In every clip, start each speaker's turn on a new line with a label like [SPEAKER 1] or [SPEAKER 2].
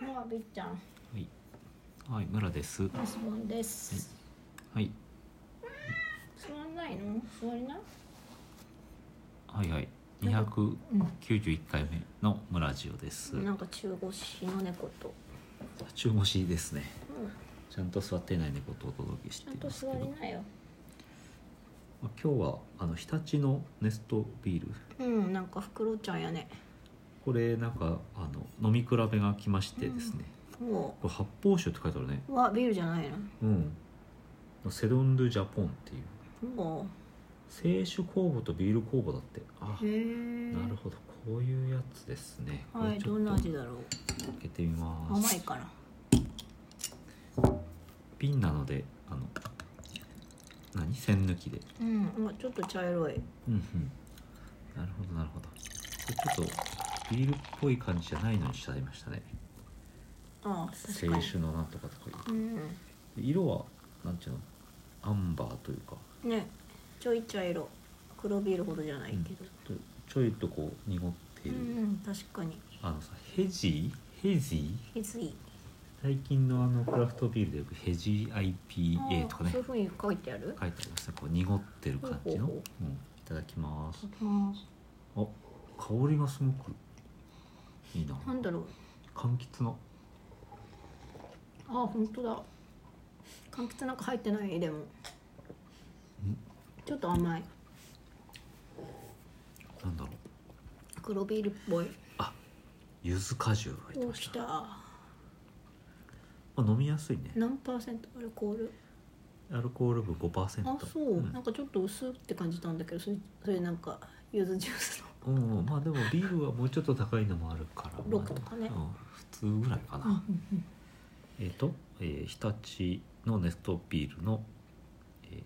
[SPEAKER 1] まあ、びっちゃん、
[SPEAKER 2] はい、はい、村です。
[SPEAKER 1] 質問です。
[SPEAKER 2] はい、
[SPEAKER 1] 座んないの？座りな。
[SPEAKER 2] はいはい、二
[SPEAKER 1] なんか
[SPEAKER 2] 百九十一回目の村ジオです。
[SPEAKER 1] なんか中腰の猫と。
[SPEAKER 2] 中腰ですね。
[SPEAKER 1] うん、
[SPEAKER 2] ちゃんと座っていない猫とお届けし
[SPEAKER 1] ちゃ
[SPEAKER 2] て
[SPEAKER 1] ん
[SPEAKER 2] い
[SPEAKER 1] と
[SPEAKER 2] ます
[SPEAKER 1] 座
[SPEAKER 2] けど、
[SPEAKER 1] り
[SPEAKER 2] ま
[SPEAKER 1] なよ。
[SPEAKER 2] あ今日はあの日立のネストビール、
[SPEAKER 1] うん、なんか袋ちゃんやね。
[SPEAKER 2] これなんかあの飲み比べが来ましてですね。
[SPEAKER 1] も
[SPEAKER 2] これ発泡酒って書いてあるね。
[SPEAKER 1] う、はビールじゃない
[SPEAKER 2] うん。セドンドゥジャポンっていう
[SPEAKER 1] の。も
[SPEAKER 2] 清酒酵母とビール酵母だって。あ
[SPEAKER 1] う。、へえ。
[SPEAKER 2] なるほど、こういうやつですね。
[SPEAKER 1] はい、
[SPEAKER 2] これちょ
[SPEAKER 1] ど
[SPEAKER 2] っと
[SPEAKER 1] んな味だろう。
[SPEAKER 2] 開けてみます。
[SPEAKER 1] 甘いかな。
[SPEAKER 2] 瓶なのであの何栓抜きで
[SPEAKER 1] うん、あ、ちょっと茶色い。
[SPEAKER 2] うんうんなるほどなるほどこれちょっとビールっぽい感じじゃないのにしちゃいましたね
[SPEAKER 1] あ、確か
[SPEAKER 2] 清
[SPEAKER 1] に。
[SPEAKER 2] 酒のなんとかとかいう
[SPEAKER 1] うん、
[SPEAKER 2] 色はなんていうのアンバーというか
[SPEAKER 1] ね、ちょい茶色。黒ビールほどじゃないけど。
[SPEAKER 2] ちょっとちょいとこう濁って
[SPEAKER 1] う
[SPEAKER 2] いる、
[SPEAKER 1] ん、確かに。
[SPEAKER 2] あのさヘジーヘジー
[SPEAKER 1] きつい。
[SPEAKER 2] 最近のあのクラフトビールでよくヘジー
[SPEAKER 1] あ
[SPEAKER 2] IPA とかね
[SPEAKER 1] そうい
[SPEAKER 2] 書
[SPEAKER 1] う風に書い
[SPEAKER 2] いて
[SPEAKER 1] てある。
[SPEAKER 2] ありますねこう濁ってる感じの、う
[SPEAKER 1] ほ
[SPEAKER 2] ん、
[SPEAKER 1] う
[SPEAKER 2] い
[SPEAKER 1] ほ
[SPEAKER 2] ただきます
[SPEAKER 1] あ
[SPEAKER 2] あ香りがすごくいいな
[SPEAKER 1] なんだろう。
[SPEAKER 2] 柑橘の
[SPEAKER 1] あ、本当だ。柑橘なんか入ってないでも。ちょっと甘い。
[SPEAKER 2] なんだろう
[SPEAKER 1] 黒ビールっぽい。
[SPEAKER 2] 柚子果汁が入って
[SPEAKER 1] お
[SPEAKER 2] まし
[SPEAKER 1] き
[SPEAKER 2] た、ま
[SPEAKER 1] た。
[SPEAKER 2] あ、飲みやすいね
[SPEAKER 1] 何パーセントアルコール？
[SPEAKER 2] アルコール分5%
[SPEAKER 1] あ、そう。
[SPEAKER 2] ん
[SPEAKER 1] なんかちょっと薄って感じたんだけど、それそれなんか柚子ジュース
[SPEAKER 2] うんうんまあでもビールはもうちょっと高いのもあるから
[SPEAKER 1] のロックとかね
[SPEAKER 2] ま。あうん、普通ぐらいかな、
[SPEAKER 1] うん
[SPEAKER 2] えっ、と、えー日立のネストビールの、えー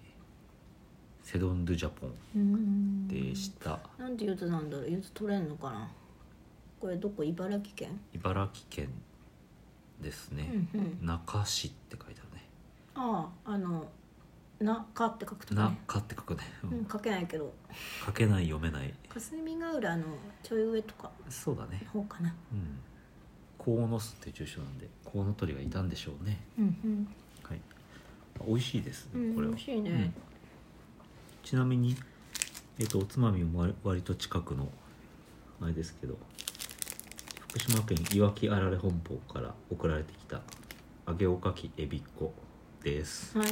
[SPEAKER 2] セドン・ドゥ・ジャポン
[SPEAKER 1] うん
[SPEAKER 2] でした、
[SPEAKER 1] なんで柚子なんだろう。柚子取れんのかな。これどこ？茨城県？
[SPEAKER 2] 茨城県です
[SPEAKER 1] う
[SPEAKER 2] ね、
[SPEAKER 1] んうん。
[SPEAKER 2] 中市って書いてあるね
[SPEAKER 1] ああ、あの、なかって書くとかね。
[SPEAKER 2] 中って書くね、う
[SPEAKER 1] うんん、書けないけど、
[SPEAKER 2] 書けない読めない
[SPEAKER 1] 霞ヶ浦のちょい上とか
[SPEAKER 2] そうだね
[SPEAKER 1] の方かな。
[SPEAKER 2] うん、鴻巣っていう住所なんで鴻鳥がいたんでしょうね、
[SPEAKER 1] うんうん。
[SPEAKER 2] はい、美味しいです
[SPEAKER 1] う
[SPEAKER 2] ね
[SPEAKER 1] ん
[SPEAKER 2] これは、
[SPEAKER 1] 美味しいね、
[SPEAKER 2] うんちなみに、えっとおつまみも割割と近くのあれですけど福島県いわきあられ本舗から送られてきた揚げおかきえびっこです
[SPEAKER 1] はい。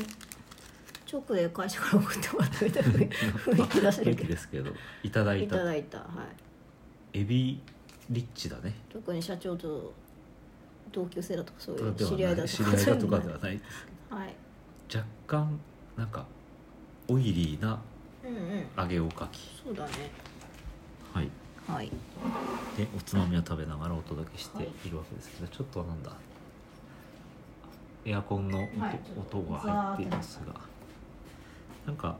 [SPEAKER 1] 直で会社から送ってもらったみたいな 雰囲気出せる
[SPEAKER 2] 元
[SPEAKER 1] け
[SPEAKER 2] 気ですけどいただ
[SPEAKER 1] ど。
[SPEAKER 2] い
[SPEAKER 1] い
[SPEAKER 2] た
[SPEAKER 1] ただいた。はい。
[SPEAKER 2] エビリッチだね
[SPEAKER 1] 特に社長と同級生だとかそうい
[SPEAKER 2] とか
[SPEAKER 1] う
[SPEAKER 2] では
[SPEAKER 1] 知り合い
[SPEAKER 2] な
[SPEAKER 1] だ
[SPEAKER 2] い
[SPEAKER 1] と
[SPEAKER 2] 知
[SPEAKER 1] か
[SPEAKER 2] り合いだと
[SPEAKER 1] そう
[SPEAKER 2] かで
[SPEAKER 1] いう
[SPEAKER 2] は
[SPEAKER 1] の
[SPEAKER 2] ない
[SPEAKER 1] はい。
[SPEAKER 2] 若干なんかオイリーな
[SPEAKER 1] うんうん。
[SPEAKER 2] 揚げおかき
[SPEAKER 1] そうだね。
[SPEAKER 2] はい
[SPEAKER 1] はい。
[SPEAKER 2] でおつまみを食べながらお届けしているわけですけど、ちょっとなんだエアコンの音,、
[SPEAKER 1] はい
[SPEAKER 2] 音が入っていますがなんか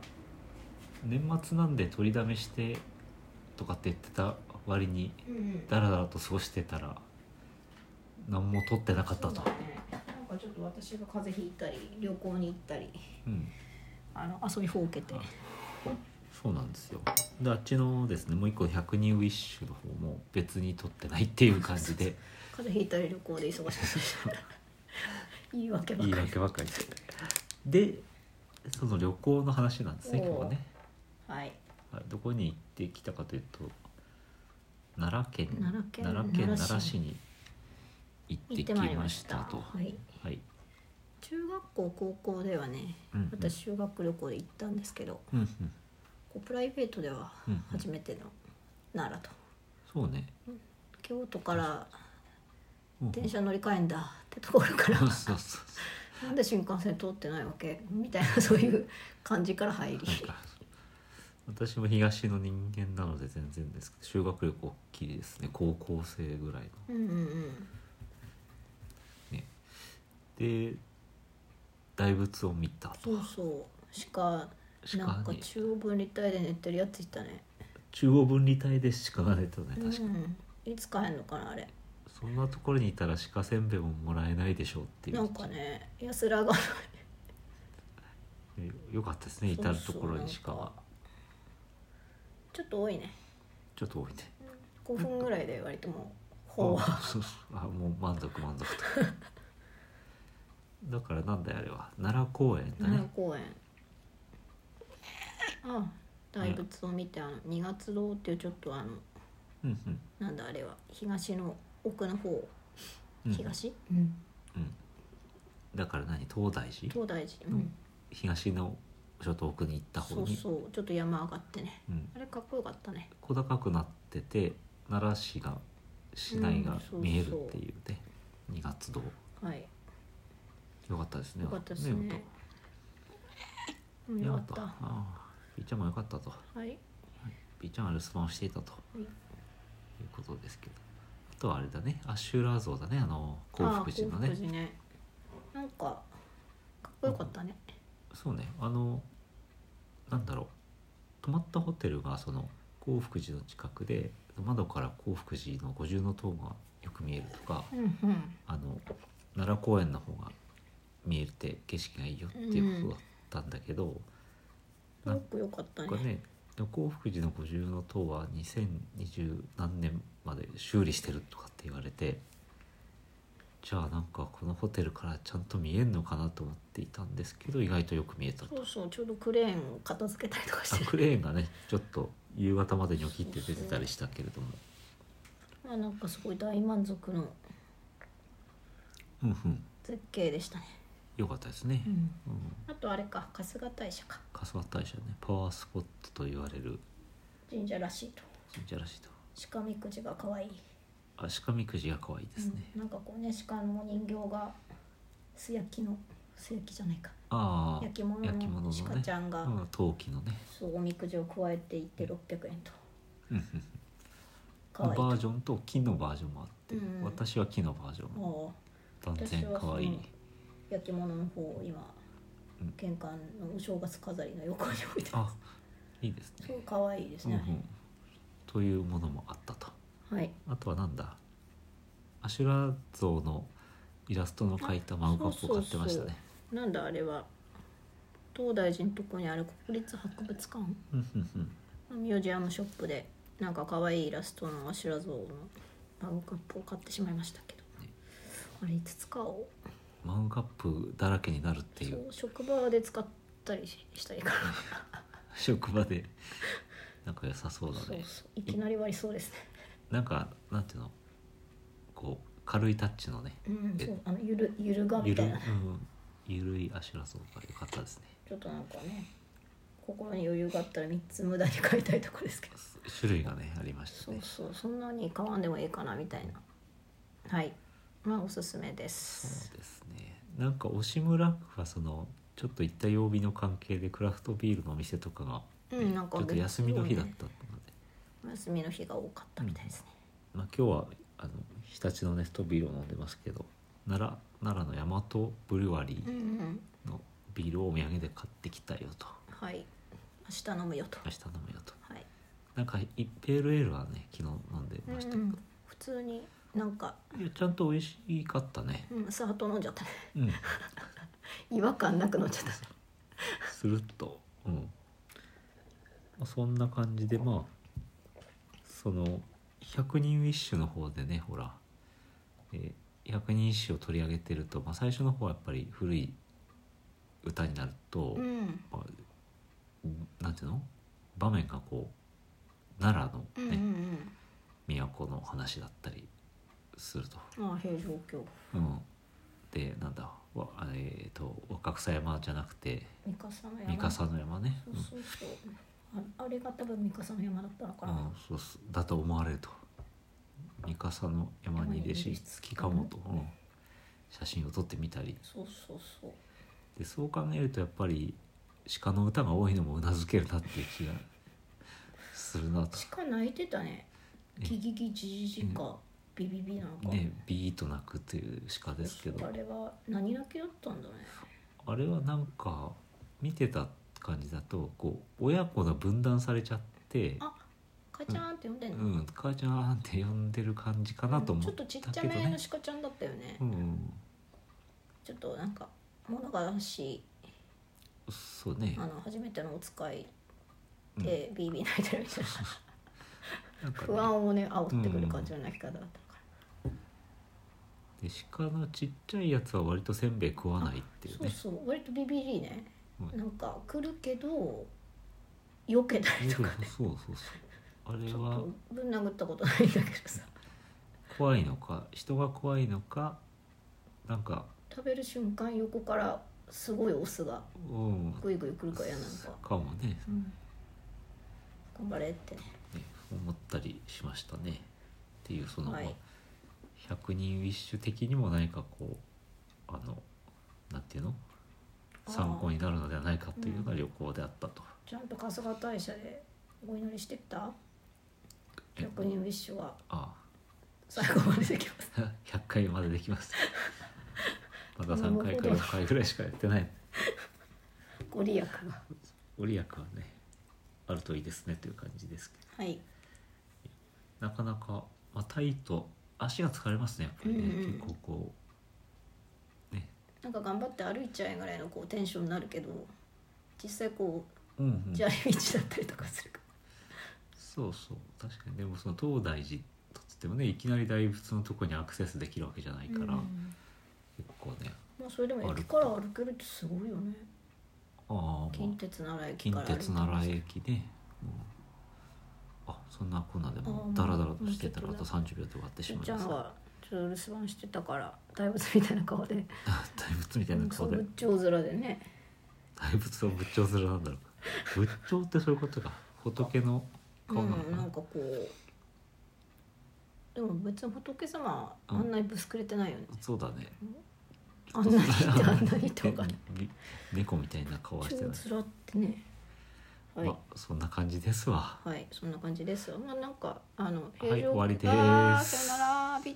[SPEAKER 2] 年末なんで取りだめしてとかって言ってた割に
[SPEAKER 1] うんうん。
[SPEAKER 2] ダラダラと過ごしてたら何も取ってなかったと
[SPEAKER 1] そうだねなんかちょっと私が風邪ひいたり旅行に行ったり
[SPEAKER 2] うん
[SPEAKER 1] あの遊びほうけて
[SPEAKER 2] あそうなんですよであっちのですねもう一個100人ウィッシュの方も別に取ってないっていう感じで
[SPEAKER 1] 風邪ひいたり旅行で忙しかった言 い訳ば
[SPEAKER 2] 言
[SPEAKER 1] っ
[SPEAKER 2] い
[SPEAKER 1] かり
[SPEAKER 2] 訳ばっかりででその旅行の話なんですね
[SPEAKER 1] おー
[SPEAKER 2] 今日はね、
[SPEAKER 1] はい
[SPEAKER 2] はい、どこに行ってきたかというと奈良県
[SPEAKER 1] 奈良県
[SPEAKER 2] 奈良県
[SPEAKER 1] 奈良市
[SPEAKER 2] 奈良市に行って
[SPEAKER 1] 行って
[SPEAKER 2] き
[SPEAKER 1] まいり
[SPEAKER 2] ま
[SPEAKER 1] ま
[SPEAKER 2] し
[SPEAKER 1] した
[SPEAKER 2] たと
[SPEAKER 1] はい
[SPEAKER 2] はい、
[SPEAKER 1] 中学校高校ではね
[SPEAKER 2] うんうん、
[SPEAKER 1] 私修学旅行で行ったんですけど、
[SPEAKER 2] うんうん
[SPEAKER 1] こうプライベートでは
[SPEAKER 2] うんうん
[SPEAKER 1] 初めての奈良と
[SPEAKER 2] そうね、
[SPEAKER 1] 京都から
[SPEAKER 2] うんうん
[SPEAKER 1] 電車乗り換えんだってところから
[SPEAKER 2] そうそうそ う
[SPEAKER 1] なんで新幹線通ってないわけみたいな そういう感じから入り
[SPEAKER 2] なんか私も東の人間なので全然ですけど修学旅行大きいですね高校生ぐらいの
[SPEAKER 1] うんうんうん
[SPEAKER 2] ねで大仏を見たと
[SPEAKER 1] そうそう鹿なんか
[SPEAKER 2] 鹿に
[SPEAKER 1] 中央分離帯で寝てるやついたね
[SPEAKER 2] 中央分離帯で鹿が出たね確かに、
[SPEAKER 1] うんいつ帰んのかなあれ
[SPEAKER 2] そんなところにいたら鹿せんべいももらえないでしょうっていう
[SPEAKER 1] なんかね安らがない
[SPEAKER 2] ねよかったですね至る所に鹿は
[SPEAKER 1] ちょっと多いね
[SPEAKER 2] ちょっと多いね
[SPEAKER 1] 5分ぐらいで割ともうほ う
[SPEAKER 2] ああもう満足満足とだからなんだよあれは奈良公園だ
[SPEAKER 1] 奈良
[SPEAKER 2] ね
[SPEAKER 1] 公園あ大仏を見てあの二月堂っていうちょっとあの
[SPEAKER 2] うんうん
[SPEAKER 1] なんだあれは東の奥の方
[SPEAKER 2] うん
[SPEAKER 1] 東、うん、
[SPEAKER 2] だから何東大寺
[SPEAKER 1] 東大寺、う
[SPEAKER 2] うんん東の所東区に行った方
[SPEAKER 1] そ
[SPEAKER 2] に
[SPEAKER 1] うそうちょっと山上がってね
[SPEAKER 2] うん、
[SPEAKER 1] あれかっこよかったね
[SPEAKER 2] 小高くなってて奈良市が市内
[SPEAKER 1] うん
[SPEAKER 2] が
[SPEAKER 1] そうそう
[SPEAKER 2] 見えるっていうね、二月堂
[SPEAKER 1] はい
[SPEAKER 2] よかったですね
[SPEAKER 1] よかったですね
[SPEAKER 2] 本
[SPEAKER 1] うん
[SPEAKER 2] 当
[SPEAKER 1] よ
[SPEAKER 2] よ
[SPEAKER 1] かっ
[SPEAKER 2] かった
[SPEAKER 1] た
[SPEAKER 2] ああピーちゃんもよかったと
[SPEAKER 1] はい
[SPEAKER 2] ピーちゃんは留守番をしていたと
[SPEAKER 1] はい
[SPEAKER 2] いうことですけどあとはあれだねアッシュラー像だねあの幸福寺の
[SPEAKER 1] あー幸
[SPEAKER 2] ね
[SPEAKER 1] 福寺ねなんかかっこよかったね、
[SPEAKER 2] そうねあのなんだろう泊まったホテルがその幸福寺の近くで窓から幸福寺の五重塔がよく見えるとか
[SPEAKER 1] うんうん
[SPEAKER 2] あの奈良公園の方が見えて景色がいいよっていうことだったんだけど、
[SPEAKER 1] すごく良かったね
[SPEAKER 2] 僕はね幸福寺の五重塔は2020何年まで修理してるとかって言われてじゃあなんかこのホテルからちゃんと見えんのかなと思っていたんですけど意外とよく見えたと
[SPEAKER 1] そうそうちょうどクレーンを片付けたりとかして
[SPEAKER 2] あ
[SPEAKER 1] る
[SPEAKER 2] クレーンがねちょっと夕方までに起きって出てたりしたけれども
[SPEAKER 1] まあなんかすごい大満足の
[SPEAKER 2] うんうん
[SPEAKER 1] 絶景でしたね、
[SPEAKER 2] よかったですね、うん、
[SPEAKER 1] あとあれか春日大社か
[SPEAKER 2] 春日大社ねパワースポットと言われる
[SPEAKER 1] 神社らしいと
[SPEAKER 2] 神社らしいと
[SPEAKER 1] 鹿みくじが可愛い
[SPEAKER 2] あ鹿みくじが可愛いですね、
[SPEAKER 1] うん、なんかこうね鹿の人形が素焼きの素焼きじゃないか
[SPEAKER 2] ああ
[SPEAKER 1] 焼き物
[SPEAKER 2] 焼き物の
[SPEAKER 1] の
[SPEAKER 2] ね
[SPEAKER 1] 鹿ちゃんが、
[SPEAKER 2] うん陶器のね、
[SPEAKER 1] そうおみくじを加えていて600円と
[SPEAKER 2] うんうん
[SPEAKER 1] 可愛い
[SPEAKER 2] バー
[SPEAKER 1] と
[SPEAKER 2] ジョンと木のバージョンもあって、
[SPEAKER 1] うん
[SPEAKER 2] 私は木のバージョン
[SPEAKER 1] も
[SPEAKER 2] 断然可
[SPEAKER 1] 私
[SPEAKER 2] 愛い
[SPEAKER 1] はう焼き物の方を今、
[SPEAKER 2] うん
[SPEAKER 1] 玄関のお正月飾りの横に置いてま
[SPEAKER 2] あいいです
[SPEAKER 1] す
[SPEAKER 2] ね
[SPEAKER 1] すごい可愛いですね
[SPEAKER 2] う、んうん、というものもあったと
[SPEAKER 1] はい
[SPEAKER 2] あとはなんだアシュラ像のイラストの描いた漫画ップを買ってましたね
[SPEAKER 1] なんだあれは東大寺のとこにある国立博物館
[SPEAKER 2] うんうんうん
[SPEAKER 1] ミュージアムショップでなんか可愛いイラストのアシュラ像のマグカップを買ってしまいましたけど、
[SPEAKER 2] ね
[SPEAKER 1] あれいつ使おう
[SPEAKER 2] 漫画ップだらけになるってい
[SPEAKER 1] そうう職場で使ったりししたいから、
[SPEAKER 2] 職場でなんか良さそうだ
[SPEAKER 1] そう
[SPEAKER 2] ね
[SPEAKER 1] そういきなり割りそうですね
[SPEAKER 2] なんかなんていうのこう軽いタッチのね
[SPEAKER 1] うん
[SPEAKER 2] え
[SPEAKER 1] そうあのゆるゆるがみ
[SPEAKER 2] ゆ
[SPEAKER 1] た
[SPEAKER 2] る、う、
[SPEAKER 1] いなん
[SPEAKER 2] ゆるいアシュラソウが良かったですね
[SPEAKER 1] ちょっとなんかね心に余裕があったら3つ無駄に買いたいとこですけど
[SPEAKER 2] 種類がねありました
[SPEAKER 1] そう
[SPEAKER 2] ね
[SPEAKER 1] そうそんなに買わんでもいいかなみたいなはいまあおすすめです
[SPEAKER 2] そうですねなんか押村区はそのちょっと行った曜日の関係でクラフトビールのお店とかが、
[SPEAKER 1] う
[SPEAKER 2] ね
[SPEAKER 1] んなんか
[SPEAKER 2] ちょっと休みの日だっ
[SPEAKER 1] 月曜ね
[SPEAKER 2] たので、
[SPEAKER 1] お休みの日が多かったみたいですね、
[SPEAKER 2] まあ、今日はあの日立のネストビールを飲んでますけど奈良奈良の大和ブリュワリ
[SPEAKER 1] うん、うん
[SPEAKER 2] ーのビールをお土産で買ってきたよと
[SPEAKER 1] はい明日飲むよと
[SPEAKER 2] 明日飲むよと
[SPEAKER 1] はい、
[SPEAKER 2] なんかいペールエールはね昨日飲んで
[SPEAKER 1] うん
[SPEAKER 2] ましたけ
[SPEAKER 1] う
[SPEAKER 2] ど、
[SPEAKER 1] ん普通になんか、
[SPEAKER 2] いやちゃんと美味しかったね
[SPEAKER 1] うん、さーっと飲んじゃったね
[SPEAKER 2] うん
[SPEAKER 1] 違和感なく飲んじゃったね
[SPEAKER 2] するっと、うんまあ、そんな感じでまあその100人ウィッシュの方でねほら、えー100人ウィッシュを取り上げてると、まあ、最初の方はやっぱり古い歌になると、
[SPEAKER 1] うん
[SPEAKER 2] まあ、なんていうの場面がこう奈
[SPEAKER 1] う
[SPEAKER 2] 良
[SPEAKER 1] ん
[SPEAKER 2] の
[SPEAKER 1] う
[SPEAKER 2] ね、
[SPEAKER 1] ん
[SPEAKER 2] 都の話だったりすると。
[SPEAKER 1] うんああ平城京
[SPEAKER 2] うん、でなんだわえー、と若草山じゃなくて
[SPEAKER 1] 三笠の山
[SPEAKER 2] 三笠の山ね。
[SPEAKER 1] そう
[SPEAKER 2] うん
[SPEAKER 1] そうそうああれが多分三笠の山だったのかな、
[SPEAKER 2] うん、そうっすだと思われると三笠の山に弟子つきかもと、うん写真を撮ってみたり
[SPEAKER 1] そうそうそう
[SPEAKER 2] でそう考えるとやっぱり鹿の歌が多いのもうなずけるなっていう気がするなと
[SPEAKER 1] 鹿泣いてたね
[SPEAKER 2] え
[SPEAKER 1] ギギギジジジか、ビビビなのか、
[SPEAKER 2] ねビートなくという鹿ですけど
[SPEAKER 1] あれは何泣きだったんだね
[SPEAKER 2] あれはなんか見てた感じだとこう親子が分断されちゃって
[SPEAKER 1] あカチャーンって呼んでん
[SPEAKER 2] 「う
[SPEAKER 1] の、
[SPEAKER 2] ん母ちゃん」って呼んでる感じかなと思
[SPEAKER 1] ちょ
[SPEAKER 2] っ
[SPEAKER 1] っとちったちゃ
[SPEAKER 2] けど
[SPEAKER 1] めの
[SPEAKER 2] ね。
[SPEAKER 1] 鹿ちゃんだったよね、
[SPEAKER 2] うん
[SPEAKER 1] ちょっとなんか物悲しい
[SPEAKER 2] そうね
[SPEAKER 1] あの初めてのお使い
[SPEAKER 2] うん
[SPEAKER 1] でビービー泣いてるみたいな、
[SPEAKER 2] なんかね
[SPEAKER 1] 不安をね煽ってくる感じの泣き方だったか
[SPEAKER 2] で鹿のちっちゃいやつは割とせんべい食わないっていう
[SPEAKER 1] そう
[SPEAKER 2] ね
[SPEAKER 1] そう割とビビりね
[SPEAKER 2] はい
[SPEAKER 1] なんか来るけど避けたりとかね
[SPEAKER 2] そうそうそうあれ
[SPEAKER 1] ちょっ
[SPEAKER 2] は
[SPEAKER 1] とぶん殴ったことないんだけどさ
[SPEAKER 2] 怖いのか人が怖いのかなんか
[SPEAKER 1] 食べる瞬間横からすごいオスが
[SPEAKER 2] うん
[SPEAKER 1] グイグイ来るから嫌なのか、
[SPEAKER 2] かもね
[SPEAKER 1] うん、頑張れってね
[SPEAKER 2] ね思ったりしましたねっていうその、
[SPEAKER 1] はい
[SPEAKER 2] 100人ウィッシュ的にも何かこうあのなんていうの
[SPEAKER 1] あー
[SPEAKER 2] 参考になるのではないかというような旅行であったと、
[SPEAKER 1] ちゃんと春日大社でお祈りしてった
[SPEAKER 2] え
[SPEAKER 1] 100人ウィッシュは
[SPEAKER 2] あ
[SPEAKER 1] 最後までできます
[SPEAKER 2] あ100回までで きますまだ
[SPEAKER 1] なるほ
[SPEAKER 2] 3
[SPEAKER 1] ど
[SPEAKER 2] 回か4回ぐらいしかやってない
[SPEAKER 1] ご利益が
[SPEAKER 2] ご利益はねあるといいですねという感じですけど
[SPEAKER 1] はい
[SPEAKER 2] なかなか、まあ、タイと足が疲れますねやっぱりね、
[SPEAKER 1] うんうん
[SPEAKER 2] 結構こうね
[SPEAKER 1] なんか頑張って歩いちゃえぐらいのこうテンションになるけど実際こ
[SPEAKER 2] うんう
[SPEAKER 1] うん砂利道だったりとかするか
[SPEAKER 2] そうそう確かにでもその東大寺とつってもねいきなり大仏のとこにアクセスできるわけじゃない
[SPEAKER 1] ら、
[SPEAKER 2] から、
[SPEAKER 1] うん
[SPEAKER 2] 結構ね
[SPEAKER 1] まあ、それでも駅から歩けるってすごいよね
[SPEAKER 2] ああ、ま
[SPEAKER 1] 近
[SPEAKER 2] あ
[SPEAKER 1] 鉄奈良駅
[SPEAKER 2] 近
[SPEAKER 1] から歩いて
[SPEAKER 2] 鉄奈良駅ね、うんあそんなこんなで
[SPEAKER 1] あーも
[SPEAKER 2] も
[SPEAKER 1] う
[SPEAKER 2] ダラダラとしてたら
[SPEAKER 1] も
[SPEAKER 2] あ
[SPEAKER 1] うちょ
[SPEAKER 2] と
[SPEAKER 1] っと
[SPEAKER 2] 30秒で終わってし
[SPEAKER 1] し
[SPEAKER 2] ま
[SPEAKER 1] ん
[SPEAKER 2] い
[SPEAKER 1] ちゃ
[SPEAKER 2] ます
[SPEAKER 1] ん
[SPEAKER 2] が
[SPEAKER 1] がちょっと留守番してたから大仏みたいな顔で
[SPEAKER 2] 大仏みたいな
[SPEAKER 1] そ
[SPEAKER 2] 顔
[SPEAKER 1] う
[SPEAKER 2] で
[SPEAKER 1] 仏頂面でね
[SPEAKER 2] 大仏を仏頂するなんだろう仏頂ってそういうことか仏の
[SPEAKER 1] う
[SPEAKER 2] 顔なのか
[SPEAKER 1] ん、
[SPEAKER 2] な,、
[SPEAKER 1] なんかこうでも別に仏様
[SPEAKER 2] うん
[SPEAKER 1] あんなにぶつくれてないよね、
[SPEAKER 2] そうだね
[SPEAKER 1] あんなに人あんなに人がね
[SPEAKER 2] ね猫みたいな顔はしてない、
[SPEAKER 1] 超面ってねはい、
[SPEAKER 2] まあそんな感じですわ
[SPEAKER 1] はいそんな感じですまあなんかあの
[SPEAKER 2] はい終わりです
[SPEAKER 1] あーさよなら